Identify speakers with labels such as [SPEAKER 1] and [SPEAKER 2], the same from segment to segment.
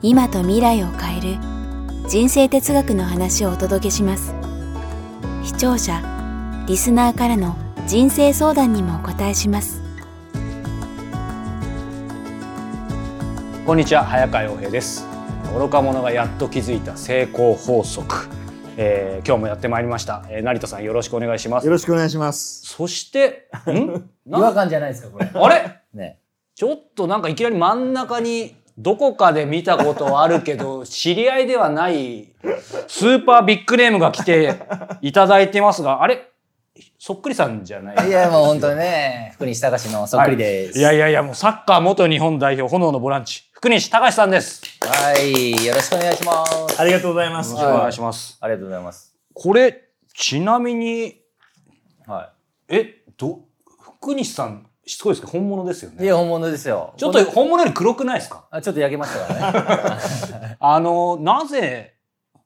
[SPEAKER 1] 今と未来を変える人生哲学の話をお届けします視聴者リスナーからの人生相談にもお答えします
[SPEAKER 2] こんにちは早川洋平です愚か者がやっと気づいた成功法則、えー、今日もやってまいりました、えー、成田さんよろしくお願いします
[SPEAKER 3] よろしくお願いします。
[SPEAKER 2] そしてん
[SPEAKER 4] 違和
[SPEAKER 2] な
[SPEAKER 4] 感じゃないですか、これ。
[SPEAKER 2] あれ
[SPEAKER 4] ね。
[SPEAKER 2] ちょっとなんかいきなり真ん中にどこかで見たことあるけ ど知り合いではないスーパービッグネームが来ていただいてますがあれそっくりさんじゃない
[SPEAKER 4] いや、もう本当にね、 福西隆のそっくりです。
[SPEAKER 2] いやいやいやもうサッカー元日本代表炎のボランチ福西隆さんです
[SPEAKER 4] はい、よろしくお願いします。
[SPEAKER 3] ありがとうございます
[SPEAKER 2] よろしくお願いします
[SPEAKER 4] ありがとうございます。
[SPEAKER 2] これちなみに
[SPEAKER 4] は
[SPEAKER 2] えど福西さんすごいですか本物ですよ
[SPEAKER 4] い。い
[SPEAKER 2] ね
[SPEAKER 4] や、本物ですよ。
[SPEAKER 2] ちょっと本物より黒くないですか
[SPEAKER 4] あ、ちょっと焼けましたからね。
[SPEAKER 2] あのなぜ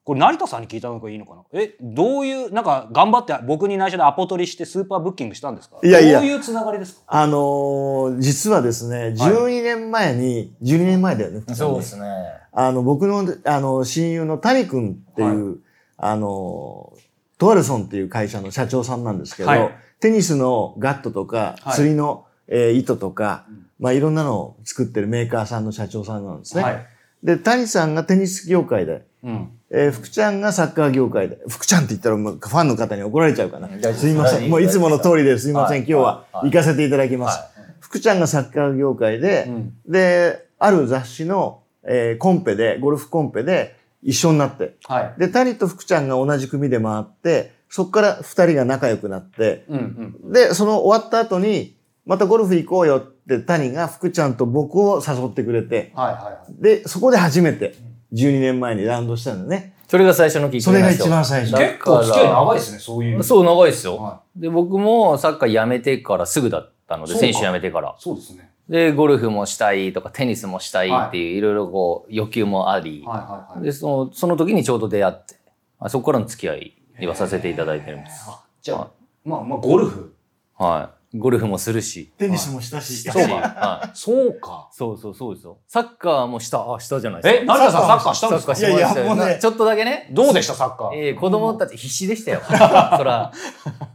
[SPEAKER 2] これ成田さんに聞いたのがいいのかなえどういうなんか頑張って僕に内緒でアポ取りしてスーパーブッキングしたんですか
[SPEAKER 3] いやいや
[SPEAKER 2] どういうつながりですか
[SPEAKER 3] あのー実はですね、12年前に、12年前だよね。
[SPEAKER 4] そうですね。
[SPEAKER 3] あの、僕の、あの、親友の谷君っていう、あのートワルソンっていう会社の社長さんなんですけど、
[SPEAKER 2] はい
[SPEAKER 3] テニスのガットとか、
[SPEAKER 2] はい
[SPEAKER 3] 釣りの、えー糸とか
[SPEAKER 2] ん、
[SPEAKER 3] まあ、いろんなのを作ってるメーカーさんの社長さんなんですね。
[SPEAKER 2] はい
[SPEAKER 3] で、谷さんがテニス業界で、
[SPEAKER 2] うん、
[SPEAKER 3] えー福ちゃんがサッカー業界で、福ちゃんって言ったらもうファンの方に怒られちゃうかな
[SPEAKER 4] 大丈夫。です
[SPEAKER 3] すいません。もういつもの通りですいません。今
[SPEAKER 4] はい
[SPEAKER 3] 日は
[SPEAKER 4] は
[SPEAKER 3] 行
[SPEAKER 4] い
[SPEAKER 3] かせていただきます
[SPEAKER 4] は。
[SPEAKER 3] 福ちゃんがサッカー業界
[SPEAKER 2] う
[SPEAKER 3] で、
[SPEAKER 2] ん、
[SPEAKER 3] で、ある雑誌の、えーコンペで、ゴルフコンペで一緒になって、
[SPEAKER 2] はい
[SPEAKER 3] で、谷と福ちゃんが同じ組で回って、そこから二人が仲良くなって、
[SPEAKER 2] うんうん
[SPEAKER 3] で、その終わった後に、またゴルフ行こうよって谷が福ちゃんと僕を誘ってくれて、
[SPEAKER 2] はいはいはい
[SPEAKER 3] で、そこで初めて12年前にラウンドしたんだね。
[SPEAKER 4] それが最初のきっか
[SPEAKER 3] そ
[SPEAKER 4] け
[SPEAKER 3] れが
[SPEAKER 4] なんですよ
[SPEAKER 3] 一番最初。
[SPEAKER 2] 結構付き合い長いですねそういう
[SPEAKER 4] そう、長いですよ。
[SPEAKER 2] は
[SPEAKER 4] で、僕もサッカー辞めてからすぐだったので、
[SPEAKER 2] そうか
[SPEAKER 4] 選手辞めてから。
[SPEAKER 2] そうですね
[SPEAKER 4] で、ゴルフもしたいとか、テニスもしたいっていう、いろいろこう、欲求もあり。
[SPEAKER 2] はいはいはい
[SPEAKER 4] で、その、その時にちょうど出会って、あそこからの付き合いにはさせていただいてるんです。
[SPEAKER 2] あじゃあまあまあゴルフ
[SPEAKER 4] はい。ゴルフもするし。
[SPEAKER 3] テニスもしたし。
[SPEAKER 2] そうか
[SPEAKER 4] は
[SPEAKER 2] そうか
[SPEAKER 4] い。そうそうそうですよ。サッカーもした、あ、したじゃないです
[SPEAKER 2] え成
[SPEAKER 4] か。
[SPEAKER 2] 田さんサッカーしたん
[SPEAKER 4] サ
[SPEAKER 2] で
[SPEAKER 4] ッ
[SPEAKER 2] すか
[SPEAKER 4] カーしてました
[SPEAKER 3] いやいや
[SPEAKER 4] よ。
[SPEAKER 3] もうね
[SPEAKER 4] なちょっとだけね。
[SPEAKER 2] どうでしたサッカー
[SPEAKER 4] えー子供たち必死でしたよ。 そら、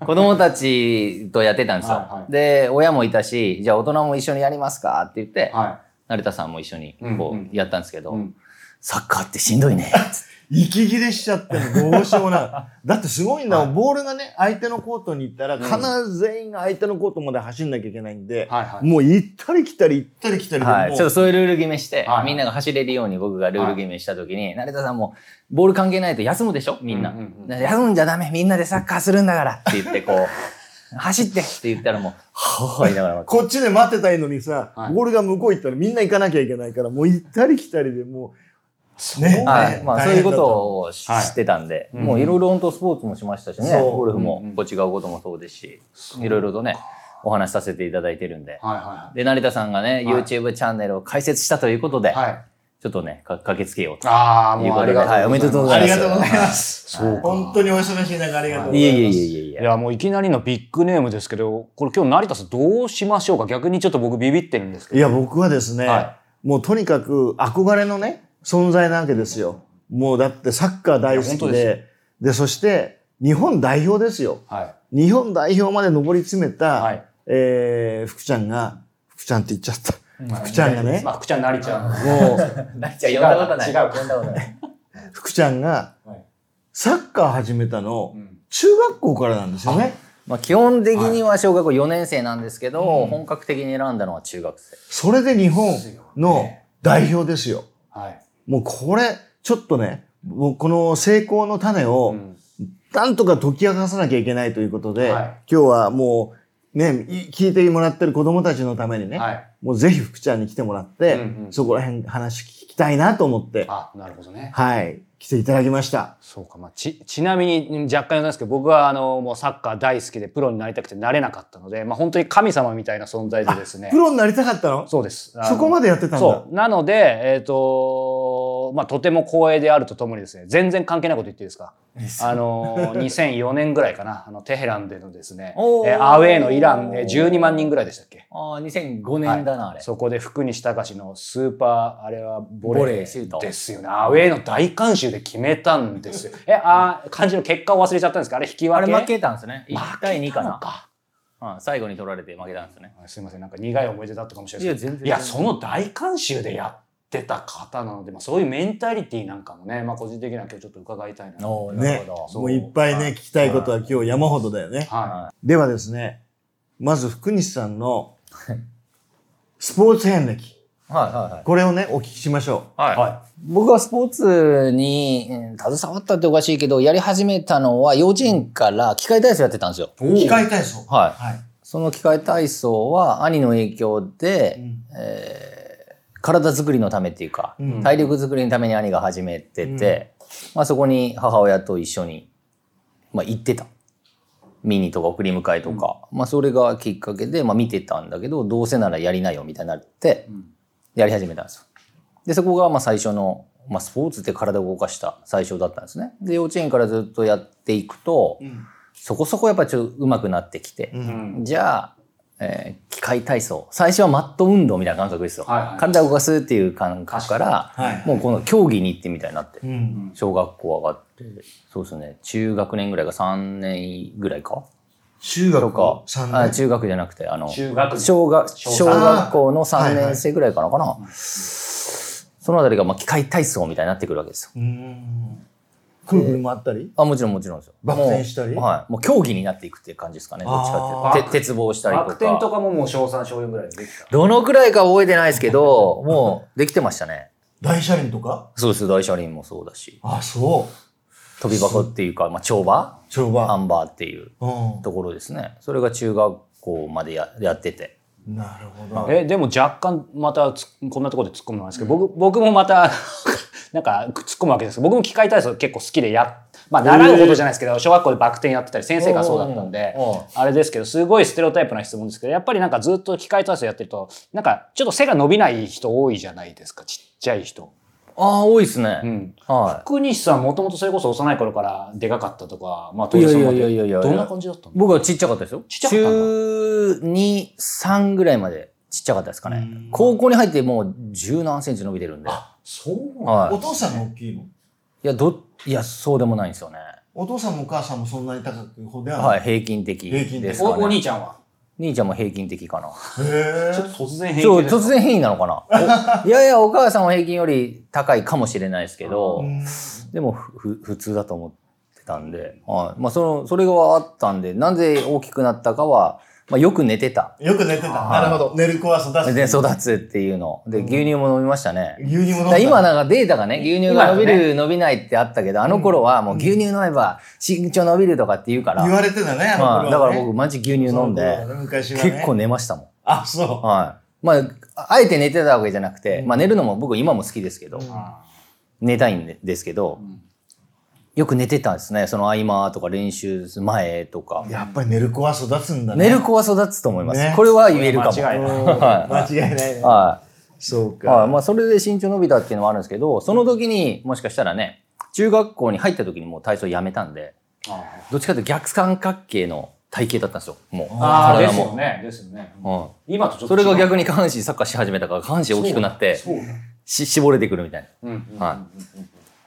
[SPEAKER 4] 子供たちとやってたんですよ。
[SPEAKER 2] はいはい
[SPEAKER 4] で、親もいたし、じゃあ大人も一緒にやりますかって言って、
[SPEAKER 2] は
[SPEAKER 4] 成田さんも一緒にこ
[SPEAKER 2] うんうん
[SPEAKER 4] うやったんですけど、
[SPEAKER 2] うん
[SPEAKER 4] サッカーってしんどいね。
[SPEAKER 3] 息切れしちゃってもどうしようもない。だってすごいんだもん。ボールがね、相手のコートに行ったら、必ず全員が相手のコートまで走んなきゃいけないんで
[SPEAKER 2] い、はいはい
[SPEAKER 3] もう行ったり来たり行ったり来たりで
[SPEAKER 4] はい、
[SPEAKER 3] も
[SPEAKER 4] ち
[SPEAKER 3] う
[SPEAKER 4] ょっとそういうルール決めして、
[SPEAKER 2] はい
[SPEAKER 4] みんなが走れるように僕がルール決めした時に、成田さんもボール関係ないと休むでしょみんな、
[SPEAKER 2] うんうんうん
[SPEAKER 4] だから休んじゃダメみんなでサッカーするんだからって言ってこ う走ってって言ったらもう「はぁ」言いながら
[SPEAKER 3] こっちで待ってたいのにさ、
[SPEAKER 2] はい
[SPEAKER 3] ボールが向こう行ったらみんな行かなきゃいけないから、もう行ったり来たりでもう、ね
[SPEAKER 4] はいまあ、そういうことをし
[SPEAKER 2] はい
[SPEAKER 4] してたんで、
[SPEAKER 2] うんうん
[SPEAKER 4] もういろいろ本当スポーツもしましたしね
[SPEAKER 3] そう
[SPEAKER 4] ゴルフも
[SPEAKER 2] うんうん
[SPEAKER 4] こう違うこともそうですし
[SPEAKER 2] そう
[SPEAKER 4] いろいろとねお話しさせていただいてるん
[SPEAKER 2] は
[SPEAKER 4] で。
[SPEAKER 2] いは
[SPEAKER 4] で成田さんがね、YouTube チャンネルを開設したということで、
[SPEAKER 2] いはい。はい。
[SPEAKER 4] ちょっとねか駆けつけようと
[SPEAKER 2] ああ、
[SPEAKER 4] いう
[SPEAKER 2] もう
[SPEAKER 4] こ
[SPEAKER 2] あ
[SPEAKER 4] と
[SPEAKER 2] り
[SPEAKER 4] で、
[SPEAKER 2] がとうございます。
[SPEAKER 4] はい、おめでとうござい
[SPEAKER 3] ありがとう
[SPEAKER 4] ます。
[SPEAKER 3] ございます。
[SPEAKER 2] そうか
[SPEAKER 3] 本当にお忙しい中ありがとうございます。
[SPEAKER 4] いえいえいえいえい
[SPEAKER 2] い
[SPEAKER 4] え。
[SPEAKER 2] や、もういきなりのビッグネームですけど、これ今日成田さんどうしましょうか逆にちょっと僕ビビってるんですけ
[SPEAKER 3] いや、僕はですね、
[SPEAKER 2] は
[SPEAKER 3] もうとにかく憧れのね、存在なわけですよ。もうだってサッカー大好
[SPEAKER 2] いや本
[SPEAKER 3] き
[SPEAKER 2] 当で
[SPEAKER 3] で、で、そして日本代表ですよ。
[SPEAKER 2] ど。はい。
[SPEAKER 3] 日本代表まで上り詰めた、
[SPEAKER 2] はい
[SPEAKER 3] えー、福ちゃんが、福ちゃんって言っちゃった。福ちゃんがね
[SPEAKER 2] ま、あ、福ちゃん成ちゃん。
[SPEAKER 3] もう、
[SPEAKER 4] なっちゃん呼んだことない。
[SPEAKER 2] 違う
[SPEAKER 4] 呼んだことない。
[SPEAKER 3] 福ちゃんが
[SPEAKER 2] はい、
[SPEAKER 3] サッカー始めたの
[SPEAKER 2] う、ん
[SPEAKER 3] 中学校からなんですよね。
[SPEAKER 4] まあ基本的には小学校4年生なんですけど、本格的に選んだのは中学生。
[SPEAKER 3] それで日本の代表ですよ。
[SPEAKER 2] はい。
[SPEAKER 3] もうこれ、ちょっとね、もうこの成功の種を、
[SPEAKER 2] うん
[SPEAKER 3] なんとか解き明かさなきゃいけないということで、
[SPEAKER 2] はい
[SPEAKER 3] 今日はもう、ね、い聞いてもらってる子供たちのためにね、
[SPEAKER 2] はい。
[SPEAKER 3] もうぜひ福ちゃんに来てもらって、
[SPEAKER 2] うんうん
[SPEAKER 3] そこら辺話聞きたいなと思って、
[SPEAKER 2] あ、なるほどね。
[SPEAKER 3] はい、来ていただきました。
[SPEAKER 2] そうか、まあ、ち、ちなみにうん若干なんですけど、僕はあの、もうサッカー大好きでプロになりたくてなれなかったので、まあ本当に神様みたいな存在でですね
[SPEAKER 3] プ。ロになりたかったのそ
[SPEAKER 2] そうです。あの
[SPEAKER 3] こまでやってたんだ。
[SPEAKER 2] そう。なので、えっ、とまあとても光栄であるとともにですね、全然関係ないこと言っていいですかあのー、2004年ぐらいかな、あの、テヘランでのですね、え
[SPEAKER 4] おー
[SPEAKER 2] ーアウェーのイラン、えー12万人ぐらいでしたっけ
[SPEAKER 4] ああ、2005年だな、あれ。
[SPEAKER 2] そこで福西隆のスーパー、あれはボレー
[SPEAKER 4] ボレーシュート
[SPEAKER 2] ですよね。アウェーの大観衆で決めたんですよ。え、あー、感じの結果を忘れちゃったんですかあれ引き
[SPEAKER 4] あ
[SPEAKER 2] 分け
[SPEAKER 4] れ負けたんですね。
[SPEAKER 2] 負けたの
[SPEAKER 4] 1対2かな。うん、最後に取られて負けたんですね。
[SPEAKER 2] あすいません、なんか苦い思い出だったかもしれないですけど
[SPEAKER 4] 全
[SPEAKER 2] いや、その大観衆でやってた方なので、まあ、そういうメンタリティなんかもね、まあ、個人的には今日ちょっと伺いたいな。
[SPEAKER 4] おーなる
[SPEAKER 3] ね
[SPEAKER 4] ほど。、
[SPEAKER 2] そう
[SPEAKER 3] もういっぱいね、聞きたいことは今日山ほどだよね。
[SPEAKER 2] は
[SPEAKER 3] ではですね、まず福西さんのスポーツ遍歴。
[SPEAKER 4] はいはいはい。
[SPEAKER 3] これをね、お聞きしましょ
[SPEAKER 2] い。は
[SPEAKER 4] 僕はスポーツにうん携わったっておかしいけど、やり始めたのは幼稚園から機械体操やってたんですよ。
[SPEAKER 3] う。機械体操。
[SPEAKER 4] はい。
[SPEAKER 3] はい。
[SPEAKER 4] その機械体操は兄の影響で、
[SPEAKER 3] うん
[SPEAKER 4] えー体作りのためっていうか、
[SPEAKER 3] うん
[SPEAKER 4] 体力作りのために兄が始めてて、まあ、そこに母親と一緒に、まあ、行ってた。ミニとか送り迎えとか、まあそれがきっかけで、まあ、見てたんだけどどうせならやりなよみたいになって
[SPEAKER 2] い。うん
[SPEAKER 4] やり始めたんですよ。でそこがまあ最初の、まあ、スポーツで体を動かした最初だったんですね。で幼稚園からずっとやっていくと、そこそこやっぱちょっと上手くなってきて、
[SPEAKER 3] うん
[SPEAKER 2] うん
[SPEAKER 4] じゃあ、えー機械体操。最初はマット運動みたいな感覚ですよ。
[SPEAKER 2] はいはい
[SPEAKER 4] 体を動かすっていう感覚から、
[SPEAKER 3] はい
[SPEAKER 4] もうこの競技に行ってみたいになって。
[SPEAKER 3] うん。
[SPEAKER 4] 小学校上がって、そうですね、中学年ぐらいか3年ぐらいか
[SPEAKER 3] 中学
[SPEAKER 4] とか、
[SPEAKER 3] 三
[SPEAKER 4] あ
[SPEAKER 3] 年。
[SPEAKER 4] 中学じゃなくて、あの、
[SPEAKER 2] 中学生
[SPEAKER 4] 小学
[SPEAKER 2] 小
[SPEAKER 4] 小学校の3
[SPEAKER 3] はいはい
[SPEAKER 4] 年生ぐらいかなかな。そのあたりが、まあ、機械体操みたいになってくるわけですよ。
[SPEAKER 3] うん。くるくる回ったり
[SPEAKER 4] あもちろんもちろんですよ。
[SPEAKER 3] バク転したり
[SPEAKER 4] もうはい。もう競技になっていくっていう感じですかね。どっちかっていう
[SPEAKER 2] あー
[SPEAKER 4] と。て鉄棒したりとか。
[SPEAKER 2] バク転とかももう小3、小4ぐらいでできた。
[SPEAKER 4] どのくらいか覚えてないですけど、もうできてましたね。
[SPEAKER 3] 大車輪とか
[SPEAKER 4] そうです。大車輪もそうだし、
[SPEAKER 3] あ、そう。
[SPEAKER 4] 飛び箱っていうか、まあ、跳馬
[SPEAKER 3] 跳馬。
[SPEAKER 4] アンバーっていう
[SPEAKER 3] う
[SPEAKER 4] ところですね。それが中学校までややってて。
[SPEAKER 3] ん。なるほど。
[SPEAKER 2] え、でも若干またつこんなところで突っ込むのなんですけど、僕、僕もまた、 なんか突っ込むわけですけど、僕も機械体操結構好きでや、まあ習うことじゃないですけど、小学校でバク転やってたり、先生がそうだったんで
[SPEAKER 4] おうおうおう、
[SPEAKER 2] あれですけど、すごいステレオタイプな質問ですけど、やっぱりなんかずっと機械体操やってると、なんかちょっと背が伸びない人多いじゃないですか、ちっちゃい人。
[SPEAKER 4] ああ、多いですね。
[SPEAKER 2] うん。
[SPEAKER 4] は
[SPEAKER 2] 福西さんもともとそれこそ幼い頃からでかかったとか、まあ
[SPEAKER 4] い。
[SPEAKER 2] 当時そうだけど
[SPEAKER 4] い
[SPEAKER 2] どんな感じだったの
[SPEAKER 4] 僕はちっちゃかったですよ。
[SPEAKER 2] ちっちゃかったんだ
[SPEAKER 4] 中2、3ぐらいまでちっちゃかったですかね。高校に入ってもう十何センチ伸びてるんで。
[SPEAKER 2] そう
[SPEAKER 4] はい。
[SPEAKER 3] お父さんが大きいの
[SPEAKER 4] いや、ど、いや、そうでもないんですよね。
[SPEAKER 3] お父さんもお母さんもそんなに高くほではな。
[SPEAKER 4] はいい、平均的
[SPEAKER 3] 平均的
[SPEAKER 4] です
[SPEAKER 2] お
[SPEAKER 4] か
[SPEAKER 2] お
[SPEAKER 4] ね。
[SPEAKER 2] 兄ちゃんは
[SPEAKER 4] 兄ちゃんも平均的かな。
[SPEAKER 3] へ
[SPEAKER 2] ちょっと突然変
[SPEAKER 4] ちょ
[SPEAKER 2] 形
[SPEAKER 4] っ
[SPEAKER 2] で
[SPEAKER 4] と突然変異なの かな。おいやいや、お母さんは平均より高いかもしれないですけど、
[SPEAKER 3] ー
[SPEAKER 4] でもふふ普通だと思ってたんで、はい。まあ、その、それがあったんで、なぜ大きくなったかは、まあ、よく寝てた。
[SPEAKER 3] よく寝てた。
[SPEAKER 4] はい
[SPEAKER 3] なるほど。寝る子は育
[SPEAKER 4] で、
[SPEAKER 3] つ。
[SPEAKER 4] 育つっていうの。で、牛乳も飲みましたね。
[SPEAKER 3] 牛乳も飲ん
[SPEAKER 4] だから
[SPEAKER 3] だ。
[SPEAKER 4] 今なんかデータがね、牛乳が伸び
[SPEAKER 2] 今
[SPEAKER 4] る、伸びないってあったけど、あの頃はもう牛乳飲めば身長伸びるとかって言うから、
[SPEAKER 3] 言われてたね、あの
[SPEAKER 4] まあ、
[SPEAKER 3] 頃
[SPEAKER 4] だか
[SPEAKER 3] は
[SPEAKER 4] ら
[SPEAKER 3] ね
[SPEAKER 4] 僕マジ牛乳飲んで
[SPEAKER 3] その、頃はね昔はね
[SPEAKER 4] 結構寝ましたもん。
[SPEAKER 3] あ、そ
[SPEAKER 4] はい。まあ、あえて寝てたわけじゃなくて、まあ寝るのも僕今も好きですけど、
[SPEAKER 2] あ
[SPEAKER 4] 寝たいんですけど、よく寝てたんですね。その合間とか練習前とか
[SPEAKER 3] う。。やっぱり寝る子は育つんだね。
[SPEAKER 4] 寝る子は育つと思います。
[SPEAKER 3] ね
[SPEAKER 4] これは言えるかも。
[SPEAKER 2] これは間違いない
[SPEAKER 3] うん
[SPEAKER 4] はい
[SPEAKER 3] 間違いないね。
[SPEAKER 4] は
[SPEAKER 3] そう
[SPEAKER 4] い。はい。ま
[SPEAKER 3] か。
[SPEAKER 4] あそれで身長伸びたっていうのもあるんですけど、その時にもしかしたらね、中学校に入った時にもう体操やめたんで、
[SPEAKER 2] ーあ
[SPEAKER 4] どっちかというと逆三角形の体型だったんですよ。もう。
[SPEAKER 2] ー
[SPEAKER 4] 体
[SPEAKER 2] です
[SPEAKER 4] も。
[SPEAKER 2] よねですよね
[SPEAKER 4] うん
[SPEAKER 2] 今とちょっと
[SPEAKER 4] それが
[SPEAKER 2] 違う
[SPEAKER 4] 逆に下半身サッカーし始めたから下半身大きくなって
[SPEAKER 2] そうだそうだ
[SPEAKER 4] し絞れてくるみたい
[SPEAKER 2] うんうん
[SPEAKER 4] な。はい。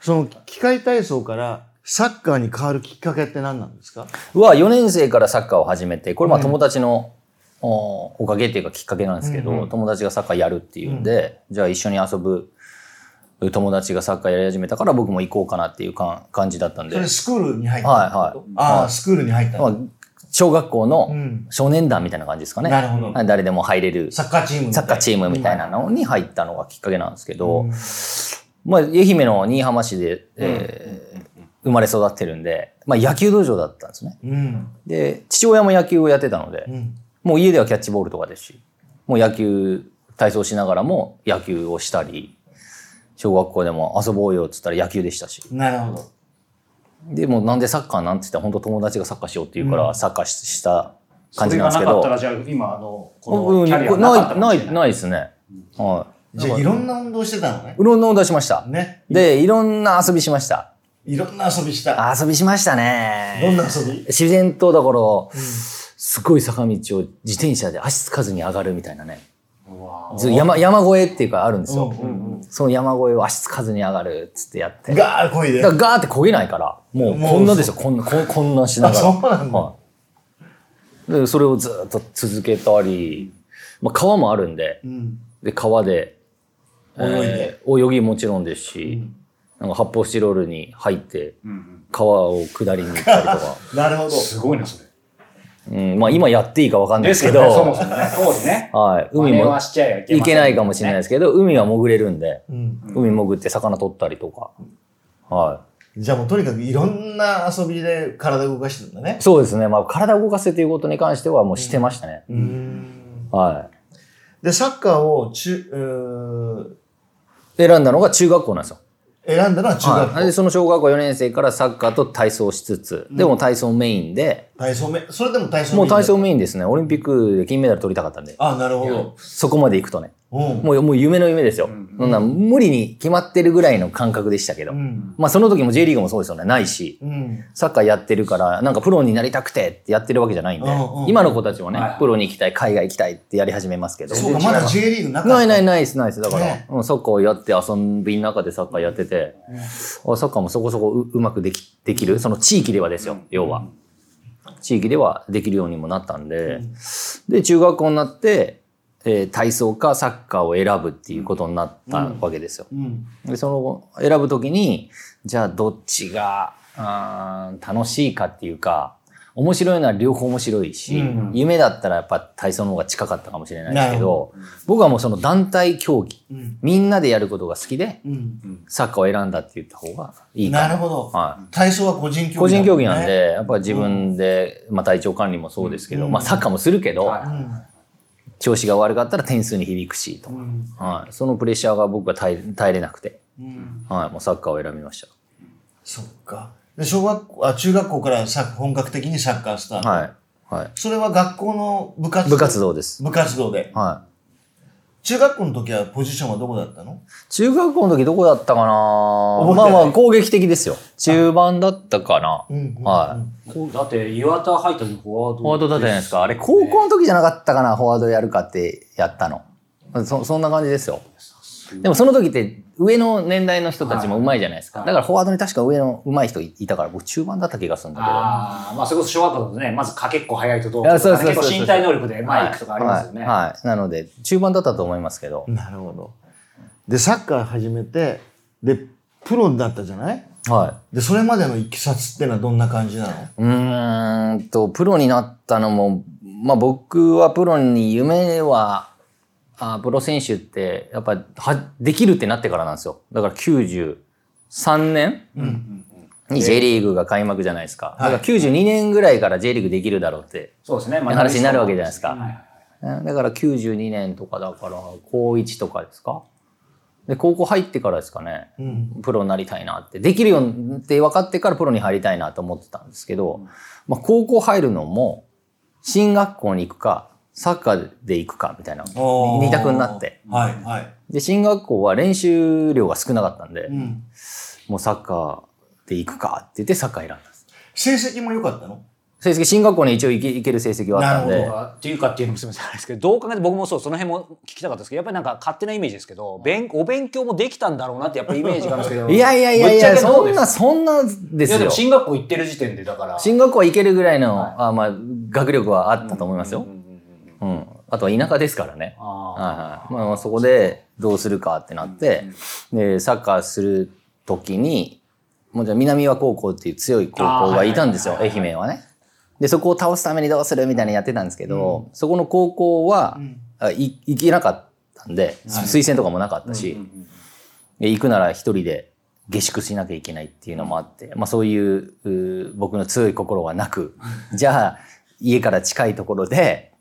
[SPEAKER 3] その機械体操からサッカーに変わるきっかけって何なんですか
[SPEAKER 4] は4年生からサッカーを始めてこれまあ友達の、おおかげっていうかきっかけなんですけど、友達がサッカーやるっていうんで、じゃあ一緒に遊ぶ友達がサッカーやり始めたから僕も行こうかなっていうか感じだったんで
[SPEAKER 3] それ、スクールに入った
[SPEAKER 4] はいはい
[SPEAKER 3] ああ、スクールに入った
[SPEAKER 4] まあ、小学校
[SPEAKER 3] う
[SPEAKER 4] の
[SPEAKER 3] ん。
[SPEAKER 4] 少年団みたいな感じですかね、
[SPEAKER 3] なるほど
[SPEAKER 4] はい誰でも入れる
[SPEAKER 3] サッカーチームみた
[SPEAKER 4] サ
[SPEAKER 3] いな
[SPEAKER 4] ッカーチームみたいなのに入ったのがきっかけなんですけど、まあ、愛媛の新居浜市で、えー生まれ育ってるんで、まあ、野球道場だったんですね。
[SPEAKER 3] うん。
[SPEAKER 4] で、父親も野球をやってたので、
[SPEAKER 3] うん。
[SPEAKER 4] もう家ではキャッチボールとかですし、もう野球、体操しながらも野球をしたり、小学校でも遊ぼうよっつったら野球でしたし。
[SPEAKER 3] なるほど。
[SPEAKER 4] でもなんでサッカーなんて言ったら本当友達がサッカーしようって言うから、サッカーしした感じなんですけ
[SPEAKER 2] それがなかった
[SPEAKER 4] ど
[SPEAKER 2] ら、。じゃあ今、あの、こ
[SPEAKER 4] う
[SPEAKER 2] の
[SPEAKER 4] ん
[SPEAKER 2] キ
[SPEAKER 4] な
[SPEAKER 2] ャリアはなかった
[SPEAKER 4] い、
[SPEAKER 2] かも
[SPEAKER 4] な
[SPEAKER 2] しれない
[SPEAKER 4] い、ないですね。はい。
[SPEAKER 3] じゃあいろんな運動してたのね。
[SPEAKER 4] うろんなを出しました。
[SPEAKER 3] ね。
[SPEAKER 4] で、いろんな遊びしました。
[SPEAKER 3] いろんな遊びした。
[SPEAKER 4] 遊びしました
[SPEAKER 3] どん
[SPEAKER 4] ね。
[SPEAKER 3] な遊び
[SPEAKER 4] 自然と、だから、すごい坂道を自転車で足つかずに上がるみたいなね。
[SPEAKER 2] うわ
[SPEAKER 4] ず山、山越えっていうかあるんですよ。
[SPEAKER 3] うんうん
[SPEAKER 4] その山越えを足つかずに上がるっつってやって。だか
[SPEAKER 3] ガーこいで
[SPEAKER 4] ら。ガーって漕げないから、もう
[SPEAKER 3] もう
[SPEAKER 4] こんなですよ、こんな、こんこんなんしながら。
[SPEAKER 3] あそうなんだ
[SPEAKER 4] はいで、それをずっと続けたり、まあ川もあるんで、
[SPEAKER 3] うん。
[SPEAKER 4] で、川で、
[SPEAKER 3] 泳いで
[SPEAKER 4] えー泳ぎもちろんですし、なんか発泡スチロールに入って、
[SPEAKER 2] うんうん
[SPEAKER 4] 川を下りに行ったりとか。
[SPEAKER 3] なるほど。
[SPEAKER 2] すごいな、それ。
[SPEAKER 4] うん、まあ今やっていいかわかん
[SPEAKER 2] で
[SPEAKER 4] ないですす
[SPEAKER 2] け
[SPEAKER 4] け
[SPEAKER 2] ど
[SPEAKER 4] ど、
[SPEAKER 2] ね、そもそもね、当時ね。
[SPEAKER 4] はい、海
[SPEAKER 2] 真似
[SPEAKER 4] も
[SPEAKER 2] はしちゃいけ
[SPEAKER 4] 行けないかもしれないですけど、海は潜れるんで、
[SPEAKER 3] うん。
[SPEAKER 4] 海潜って魚取ったりとか。は
[SPEAKER 3] じゃあもうとにかくいろんな遊びで体動かしてたんだね
[SPEAKER 4] い。。そうですね。まあ体を動かせということに関してはもうしてましたね。
[SPEAKER 3] うん。
[SPEAKER 4] は
[SPEAKER 3] で、サッカーを中、う
[SPEAKER 4] い。選んだのが中学校なんですよ。
[SPEAKER 3] ー選んだのは中学校。
[SPEAKER 4] はいで、その小学校4年生からサッカーと体操しつつ、でも体操メインで、
[SPEAKER 3] 体操め、それでも体操
[SPEAKER 4] もう体
[SPEAKER 3] メイン
[SPEAKER 4] 操メインですね。オリンピックで金メダル取りたかったんで、
[SPEAKER 3] だ。あ、なるほど。
[SPEAKER 4] そこまで行くとね。
[SPEAKER 3] うん。
[SPEAKER 4] もう、もう夢の夢ですよ。そんな無理に決まってるぐらいの感覚でしたけど。
[SPEAKER 3] うん。
[SPEAKER 4] まあその時も J リーグもそうですよね。ないし。
[SPEAKER 3] うん。
[SPEAKER 4] サッカーやってるから、なんかプロになりたくてってやってるわけじゃないんで、
[SPEAKER 3] うんうん
[SPEAKER 4] 今の子たちもね、
[SPEAKER 2] はい
[SPEAKER 4] プロに行きたい、海外行きたいってやり始めますけど、
[SPEAKER 3] そうか、まだ J リーグなかった。
[SPEAKER 4] ないないないです、ないです。だから、
[SPEAKER 3] ね
[SPEAKER 4] うんサッカーをやって遊びの中でサッカーやってて、あサッカーもそこそこううまくできできる、その地域ではですよ、要は。地域ではできるようにもなったんで、で、中学校になって、えー体操かサッカーを選ぶっていうことになったわけですよ。
[SPEAKER 3] うん。
[SPEAKER 4] で、その選ぶときに、じゃあどっちが、あー楽しいかっていうか、面白いのは両方面白いし、
[SPEAKER 3] うん
[SPEAKER 4] 夢だったらやっぱ体操の方が近かったかもしれないですけ
[SPEAKER 3] なる
[SPEAKER 4] ど、僕はもうその団体競技、
[SPEAKER 3] うん。
[SPEAKER 4] みんなでやることが好きで、
[SPEAKER 3] うん。
[SPEAKER 4] サッカーを選んだって言った方がいいか
[SPEAKER 3] な
[SPEAKER 4] な。
[SPEAKER 3] るほど。
[SPEAKER 4] は
[SPEAKER 3] 体操は個人競技、
[SPEAKER 4] 個人競技なんで、。やっぱ自分で、まあ体調管理もそうですけど、
[SPEAKER 3] うん
[SPEAKER 4] まあサッカーもするけど、
[SPEAKER 2] は。
[SPEAKER 4] 調子が悪かったら点数に響くし、と
[SPEAKER 3] う
[SPEAKER 4] か、
[SPEAKER 3] ん。
[SPEAKER 4] はい。そのプレッシャーが僕は耐え耐えれなくて、
[SPEAKER 3] うん。
[SPEAKER 4] はい。もうサッカーを選びました。
[SPEAKER 3] そっか。で、小学校、あ、中学校からサッ本格的にサッカースタート。
[SPEAKER 4] はい。はい。
[SPEAKER 3] それは学校の部活
[SPEAKER 4] 部活動です。
[SPEAKER 3] 部活動で。
[SPEAKER 4] は
[SPEAKER 3] 中学校の時はポジションはどこだったの
[SPEAKER 4] い。中学校の時どこだったかな
[SPEAKER 3] 覚えて
[SPEAKER 4] ま
[SPEAKER 3] な
[SPEAKER 4] あ
[SPEAKER 3] い
[SPEAKER 4] まあ攻撃的ですよ。中盤だったかな、
[SPEAKER 3] ん
[SPEAKER 4] はい
[SPEAKER 2] だって、岩田入った時フォワード。
[SPEAKER 4] い。フォワードだったじゃないですか。あれ、高校の時じゃなかったかなフォワードやるかってやったの。そ、そんな感じですよ。でもその時って上の年代の人たちも上手いじゃないですか。
[SPEAKER 2] はい
[SPEAKER 4] だからフォワードに確か上の上手い人いいたから、僕中盤だった気がするんだけど。
[SPEAKER 2] ああ、まあ、それこそ小学校だとね、まずかけっこ早いとどう
[SPEAKER 4] い
[SPEAKER 2] か
[SPEAKER 4] や
[SPEAKER 2] と
[SPEAKER 4] そう
[SPEAKER 2] か、
[SPEAKER 4] そうそう
[SPEAKER 2] 結
[SPEAKER 4] そう
[SPEAKER 2] 構身体能力で前行くとかありますよね。
[SPEAKER 4] はい。はいはいなので、中盤だったと思いますけど。
[SPEAKER 3] なるほど。で、サッカー始めて、で、プロになったじゃない
[SPEAKER 4] はい。
[SPEAKER 3] で、それまでのいきさつってのはどんな感じなの
[SPEAKER 4] うーんと、プロになったのも、まあ僕はプロに夢は、あプロ選手って、やっぱは、できるってなってからなんですよ。だから93年に J リーグが開幕じゃないですか。だから92年ぐらいから J リーグできるだろうって
[SPEAKER 2] そうですね。まあ
[SPEAKER 4] 話になるわけじゃないですか。
[SPEAKER 2] はい
[SPEAKER 4] ねだから92年とかだから、高1とかですか。で、高校入ってからですかね。
[SPEAKER 3] うん。
[SPEAKER 4] プロになりたいなって、できるようにって分かってからプロに入りたいなと思ってたんですけど、まあ高校入るのも、進学校に行くか、サッカーで行くかみたいな、二択になって。。
[SPEAKER 3] はい、はい。
[SPEAKER 4] で、進学校は練習量が少なかったんで
[SPEAKER 3] う、ん。
[SPEAKER 4] もうサッカーで行くかって言ってサッカー選んだんです。
[SPEAKER 3] 成績も良かったの
[SPEAKER 4] 成績、進学校に一応行け行ける成績はあったん
[SPEAKER 3] なる
[SPEAKER 4] で
[SPEAKER 3] ほ、
[SPEAKER 2] っていうかっていうのもすみませんあれですけどどう考えて僕もそうその辺も聞きたかったですけどやっぱりなんか勝手なイメージですけど勉お勉強もできたんだろうなってやっぱりイメージがあるんですけど
[SPEAKER 4] いやいやいやい
[SPEAKER 2] ぶ
[SPEAKER 4] や、
[SPEAKER 2] っちゃけど
[SPEAKER 4] そ
[SPEAKER 2] うんです
[SPEAKER 4] な、そんなで
[SPEAKER 2] いや
[SPEAKER 4] す
[SPEAKER 2] でも
[SPEAKER 4] よ。
[SPEAKER 2] 進学校行ってる時点でだから
[SPEAKER 4] 進学校は行けるぐらいの、あまあ、学力はあったと思いますよ。うん。あとは田舎ですからね。
[SPEAKER 2] あ
[SPEAKER 4] はいはいまあまあ、そこでどうするかってなって、で、サッカーするときに、もうじゃあ南和高校っていう強い高校がいたんですよ、愛媛はね。で、そこを倒すためにどうするみたいなのやってたんですけど、そこの高校は、あい行けなかったんで、推薦とかもなかったし、で行くなら一人で下宿しなきゃいけないっていうのもあって、まあそういううー僕の強い心はなく、じゃあ家から近いところで、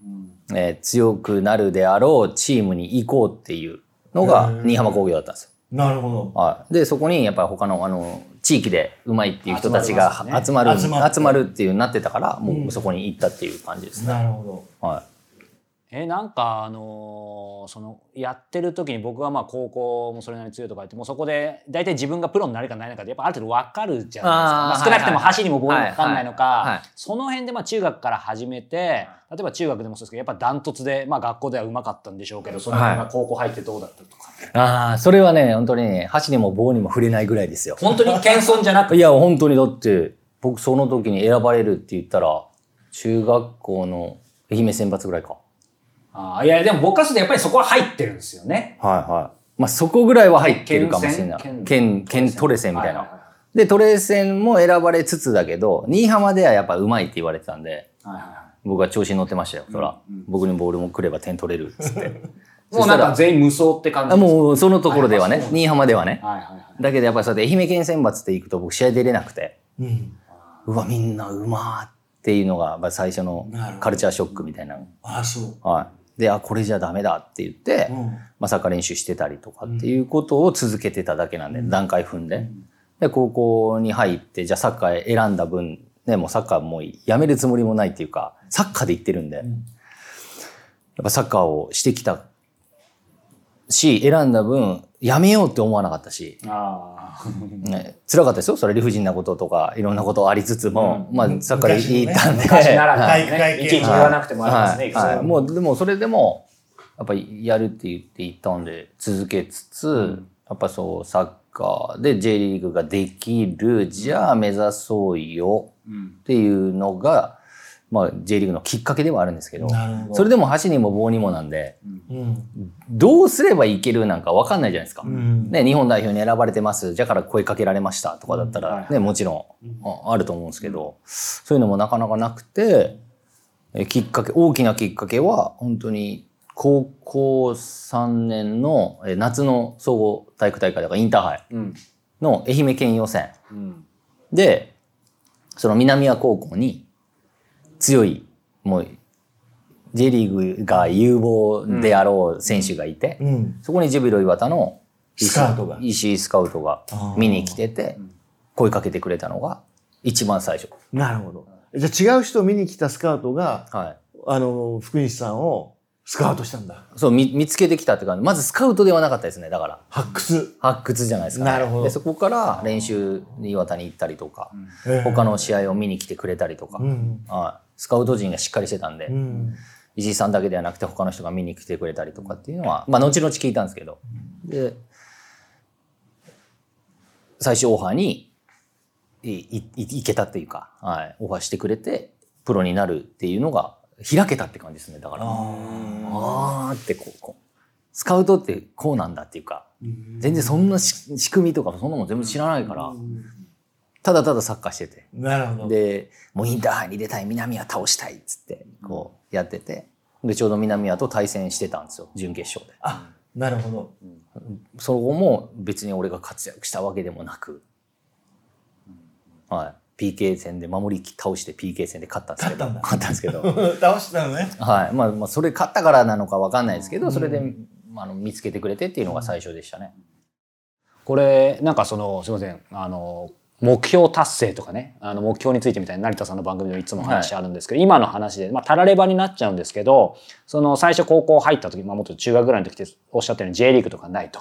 [SPEAKER 4] えー強くなるであろうチームに行こうっていうのが
[SPEAKER 3] へー
[SPEAKER 4] 新居浜工業だったんですよ。
[SPEAKER 3] なるほど。
[SPEAKER 4] はい、でそこにやっぱり他のあの地域でうまいっていう人たちが
[SPEAKER 3] 集まりますね
[SPEAKER 4] 集まる
[SPEAKER 3] 集
[SPEAKER 4] 集
[SPEAKER 3] ま
[SPEAKER 4] ま
[SPEAKER 3] って
[SPEAKER 4] るっていうなってたからもうんうそこに行ったっていう感じですね。
[SPEAKER 3] なるほ
[SPEAKER 4] は
[SPEAKER 2] えなんかあのーそのやってる時に僕はまあ高校もそれなりに強いとか言ってもうそこで大体自分がプロになるかなれないかでやっぱある程度分かるじゃないですか、まあ
[SPEAKER 4] あー
[SPEAKER 2] 少なくとも
[SPEAKER 4] はいはい
[SPEAKER 2] 箸にも棒にもかかんないのか、
[SPEAKER 4] はいはいはい
[SPEAKER 2] その辺でまあ中学から始めて例えば中学でもそうですけどやっぱダントツで、まあ、学校ではうまかったんでしょうけどその辺が高校入ってどうだったとか、
[SPEAKER 4] い、ああそれはね本当にね箸にも棒にも触れないぐらいですよ。
[SPEAKER 2] 本当に謙遜じゃなく
[SPEAKER 4] いや本当にだって僕その時に選ばれるって言ったら中学校の愛媛選抜ぐらいか。
[SPEAKER 2] あーいやでも僕からするとやっぱりそこは入ってるんですよね。
[SPEAKER 4] はいはい。まあそこぐらいは入ってるかもしれない。
[SPEAKER 2] 県
[SPEAKER 4] 県、
[SPEAKER 2] 県
[SPEAKER 4] 県トレセンみた
[SPEAKER 2] は
[SPEAKER 4] いな。で、トレセンも選ばれつつだけど、新居浜ではやっぱうまいって言われてたんで、
[SPEAKER 2] はいはいは
[SPEAKER 4] 僕は調子に乗ってましたよ。そら、僕にボールも来れば点取れるっつって。
[SPEAKER 2] いもうなんか全員無双って感じ
[SPEAKER 4] あ
[SPEAKER 2] です
[SPEAKER 4] もうそのところで
[SPEAKER 2] は
[SPEAKER 4] は
[SPEAKER 2] い
[SPEAKER 4] ね
[SPEAKER 2] は、い
[SPEAKER 4] 新居浜ではね。
[SPEAKER 2] はいはいはい
[SPEAKER 4] だけどやっぱりそうやって愛媛県選抜って行くと僕試合出れなくて、
[SPEAKER 3] ど。うん。
[SPEAKER 4] うわ、みんなうまーっていうのがまあ最初の
[SPEAKER 3] なるほど
[SPEAKER 4] カルチャーショックみたいな。
[SPEAKER 3] あ、そ
[SPEAKER 4] はい。で、あ、これじゃダメだって言って、
[SPEAKER 3] う。うん。
[SPEAKER 4] まあ、サッカー練習してたりとかっていうことを続けてただけなんで、段階踏んで。で、高校に入って、じゃあサッカー選んだ分、ね、もうサッカーもうやめるつもりもないっていうか、サッカーで行ってるんで、やっぱサッカーをしてきたし、選んだ分、やめようって思わなかったし、
[SPEAKER 2] ああ。
[SPEAKER 4] ね、辛かったですよ。それ理不尽なこととか、いろんなことありつつも、まあ、サッカー
[SPEAKER 3] 昔のね
[SPEAKER 4] 行ったんで。
[SPEAKER 2] 昔ならば
[SPEAKER 3] 体育会系
[SPEAKER 2] ね。いちいち言わなくてもありますね。
[SPEAKER 4] はいはい
[SPEAKER 2] もう
[SPEAKER 4] もう、でもそれでも、やっぱりやるって言っていたんで、続けつつ、やっぱそう、サッカーで J リーグができる、じゃあ目指そうよっていうのが、まあ J リーグのきっかけではあるんですけど、
[SPEAKER 3] なるほど。
[SPEAKER 4] それでも箸にも棒にもなんで、
[SPEAKER 3] うん。
[SPEAKER 4] どうすればいけるなんかわかんないじゃないですか。
[SPEAKER 3] うん。
[SPEAKER 4] ね、日本代表に選ばれてます、じゃあから声かけられましたとかだった
[SPEAKER 2] うんはい
[SPEAKER 4] ら
[SPEAKER 2] は、い
[SPEAKER 4] ね、もちろんああると思うんですけど、そういうのもなかなかなくて、えきっかけ、大きなきっかけは、本当に高校3年のえ夏の総合体育大会だからインターハイ
[SPEAKER 2] うん。
[SPEAKER 4] の愛媛県予選
[SPEAKER 2] うん。
[SPEAKER 4] で、その南谷高校に強い、もう、J リーグが有望であろう選手がいて、
[SPEAKER 3] うん。
[SPEAKER 4] そこにジュビロ磐田の石井
[SPEAKER 3] スカウトが
[SPEAKER 4] 石井スカウトが
[SPEAKER 3] あー
[SPEAKER 4] 見に来てて、声かけてくれたのが一番最初。
[SPEAKER 3] なるほど。じゃあ違う人を見に来たスカウトが、
[SPEAKER 4] は
[SPEAKER 3] あの、福西さんをスカウトしたんだ。
[SPEAKER 4] い。そう、見見つけてきたって感じ。まずスカウトではなかったですね、だから。
[SPEAKER 3] 発掘。
[SPEAKER 4] 発掘じゃないですか、ね。
[SPEAKER 3] なるほど
[SPEAKER 4] で、そこから練習に岩田に行ったりとか、
[SPEAKER 3] ええ
[SPEAKER 4] 他の試合を見に来てくれたりとか、
[SPEAKER 3] うん。
[SPEAKER 4] はい。スカウト陣がしっかりしてたんで、
[SPEAKER 3] うん。
[SPEAKER 4] 石井さんだけではなくて他の人が見に来てくれたりとかっていうのは、まあ、後々聞いたんですけどで最終オファーにいいいいけたっていうか、はい、オファーしてくれてプロになるっていうのが開けたって感じですねだからああーってこうこうスカウトってこうなんだっていうか全然そんなし仕組みとかそんなもん全部知らないからただただサッカーしてて
[SPEAKER 3] なるほど。
[SPEAKER 4] で、もうインターハイに出たい、南は倒したいっつって、こうやってて、で、ちょうど南はと対戦してたんですよ、準決勝で。
[SPEAKER 3] あ、なるほど。
[SPEAKER 4] そこも別に俺が活躍したわけでもなく、はい。PK 戦で守り倒して PK 戦で勝ったんですけど、
[SPEAKER 3] 勝
[SPEAKER 4] 勝ったんですけど、
[SPEAKER 3] 倒したのね。
[SPEAKER 4] はい。まあ、まあ、それ勝ったからなのかわかんないですけど、それで、まあ、あの見つけてくれてっていうのが最初でしたね。
[SPEAKER 2] これ、なんかその、すいません。あの、目標達成とかね、あの目標についてみたいな成田さんの番組でもいつも話あるんですけど、今の話で、まあ、たらればになっちゃうんですけど、その最初高校入った時、まあ、もっと中学ぐらいの時っておっしゃったように J リーグとかないと。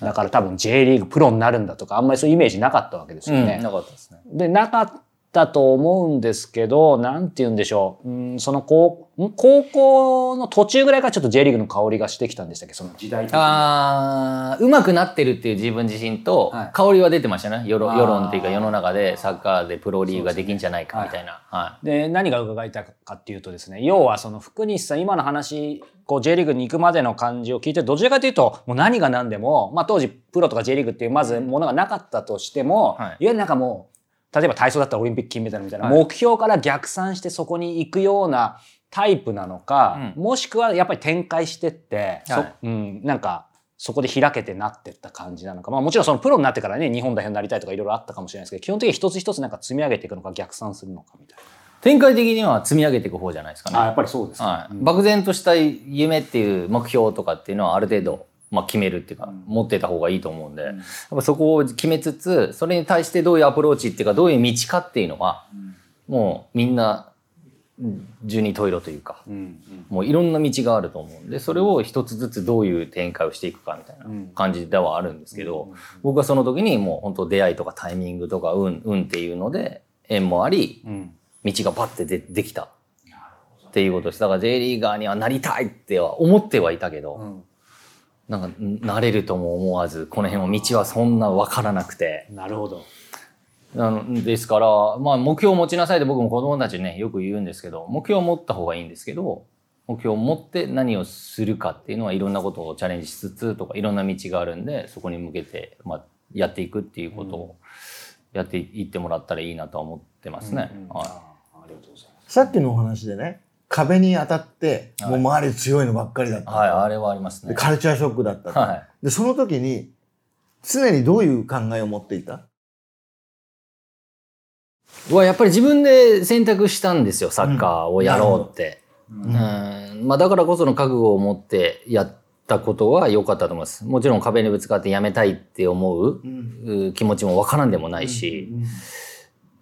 [SPEAKER 2] だから多分 J リーグプロになるんだとか、あんまりそういうイメージなかったわけですよね。
[SPEAKER 4] なかったですね。
[SPEAKER 2] で、なかったと思うんですけど、なんて言うんでしょう。うん、その高、ん高校の途中ぐらいからちょっと J リーグの香りがしてきたんでしたっけその時代的に
[SPEAKER 4] あーうまくなってるっていう自分自身と、
[SPEAKER 2] はい
[SPEAKER 4] 香りは出てましたね世論
[SPEAKER 2] あー
[SPEAKER 4] 世論っていうか世の中でサッカーでプロリーグができんじゃないかみたいな、はい
[SPEAKER 2] で、何が伺いたいかっていうとですね、要はその福西さん、今の話、こう J リーグに行くまでの感じを聞いて、どちらかというと、もう何が何でも、まあ当時プロとか J リーグっていうまずものがなかったとしても、
[SPEAKER 4] はい
[SPEAKER 2] いわゆるなんかもう、例えば体操だったらオリンピック金メダルみたいな、
[SPEAKER 4] はい
[SPEAKER 2] 目標から逆算してそこに行くようなタイプなのか、
[SPEAKER 4] う
[SPEAKER 2] もしくはやっぱり展開してって、そ
[SPEAKER 4] はい
[SPEAKER 2] うん、なんか、そこで開けてなってった感じなのか。まあもちろんそのプロになってからね、日本代表になりたいとかいろいろあったかもしれないですけど、基本的に一つ一つなんか積み上げていくのか逆算するのかみたいな。
[SPEAKER 4] 展開的には積み上げていく方じゃないですかね。
[SPEAKER 2] やっぱりそうですか。
[SPEAKER 4] はい、漠然とした夢っていう目標とかっていうのはある程度、まあ、決めるっていうか、持ってた方がいいと思うんで、やっぱそこを決めつつそれに対してどういうアプローチっていうかどういう道かっていうのは、もうみんなうん十二トイロというか、
[SPEAKER 2] うん
[SPEAKER 4] もういろんな道があると思うんでそれを一つずつどういう展開をしていくかみたいな感じではあるんですけど、僕はその時にもう本当出会いとかタイミングとか運運っていうので縁もあり
[SPEAKER 2] うんうん
[SPEAKER 4] 道がバッてでできたっていうことですだから J リーガーにはなりたいっては思ってはいたけど、なんかんなれるとも思わずこの辺も道はそんな分からなくて
[SPEAKER 2] なるほど。
[SPEAKER 4] なのですから、まあ、目標を持ちなさいって僕も子供たちにねよく言うんですけど目標を持った方がいいんですけど目標を持って何をするかっていうのはいろんなことをチャレンジしつつとかいろんな道があるんでそこに向けて、まあ、やっていくっていうことをやっていってもらったらいいなとは思ってますね。はい
[SPEAKER 2] ありがとうございます。
[SPEAKER 3] さっきのお話でね、壁に当たって、もう周り強いのばっかりだった。
[SPEAKER 4] はい、あれはあります
[SPEAKER 3] で
[SPEAKER 4] ね。
[SPEAKER 3] カルチャーショックだったと。
[SPEAKER 4] は
[SPEAKER 3] で、その時に、常にどういう考えを持っていた
[SPEAKER 4] い。はやっぱり自分で選択したんですよ、サッカーをやろうって。うん、まあだからこその覚悟を持ってやったことは良かったと思います。もちろん壁にぶつかってやめたいって思うう気持ちもわからんでもないし、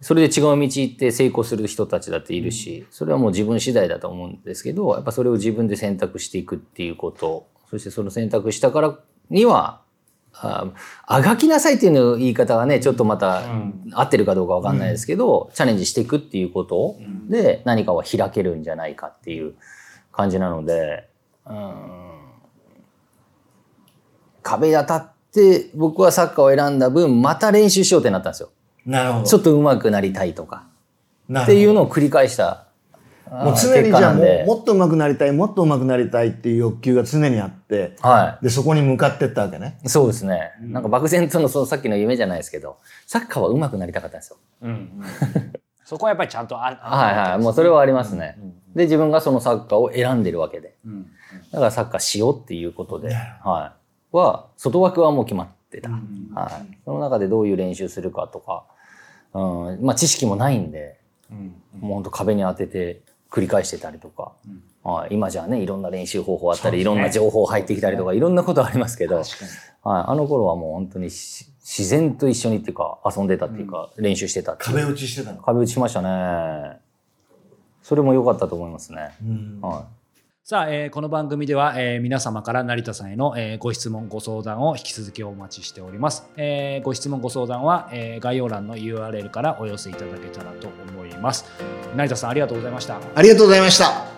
[SPEAKER 4] それで違う道行って成功する人たちだっているし、それはもう自分次第だと思うんですけど、やっぱそれを自分で選択していくっていうこと、そしてその選択したからには、ああがきなさいっていうの言い方がね、ちょっとまた合ってるかどうかわかんないですけど、チャレンジしていくっていうことで何かは開けるんじゃないかっていう感じなので、うん、壁当たって僕はサッカーを選んだ分、また練習しようってなったんですよ。
[SPEAKER 3] なるほ
[SPEAKER 4] ちょっと上手くなりたいとか、
[SPEAKER 3] なるほど
[SPEAKER 4] っていうのを繰り返した
[SPEAKER 3] もう常にじ
[SPEAKER 4] 結果
[SPEAKER 3] ゃ
[SPEAKER 4] な
[SPEAKER 3] あ
[SPEAKER 4] ん
[SPEAKER 3] も
[SPEAKER 4] で
[SPEAKER 3] うもっと上手くなりたい、もっと上手くなりたいっていう欲求が常にあって、
[SPEAKER 4] は
[SPEAKER 3] で、そこに向かってったわけね。
[SPEAKER 4] い。そうですね。なんか漠然とのそのさっきの夢じゃないですけど、サッカーは上手くなりたかったんですよ。
[SPEAKER 2] そこはやっぱりちゃんとある。
[SPEAKER 4] はいはい。もうそれはありますね。で、自分がそのサッカーを選んでるわけで。だからサッカーしようっていうことで、はい。は、外枠はもう決まってた。はい。その中でどういう練習するかとか、うん、まあ知識もないんで、もうほんと壁に当てて繰り返してたりとか、はい、今じゃあねいろんな練習方法あったり、いろんな情報入ってきたりとか、いろんなことありますけど、はい、あの頃はもう本当にし自然と一緒にっていうか遊んでたっていうか、練習してたっていう
[SPEAKER 3] 壁打ちしてたの。
[SPEAKER 4] 壁打ちしましたねそれも良かったと思いますね、
[SPEAKER 3] うん
[SPEAKER 4] は
[SPEAKER 2] さあ、えーこの番組では、えー皆様から成田さんへの、えーご質問ご相談を引き続きお待ちしております、えーご質問ご相談は、えー概要欄の URL からお寄せいただけたらと思います成田さんありがとうございました
[SPEAKER 3] ありがとうございました。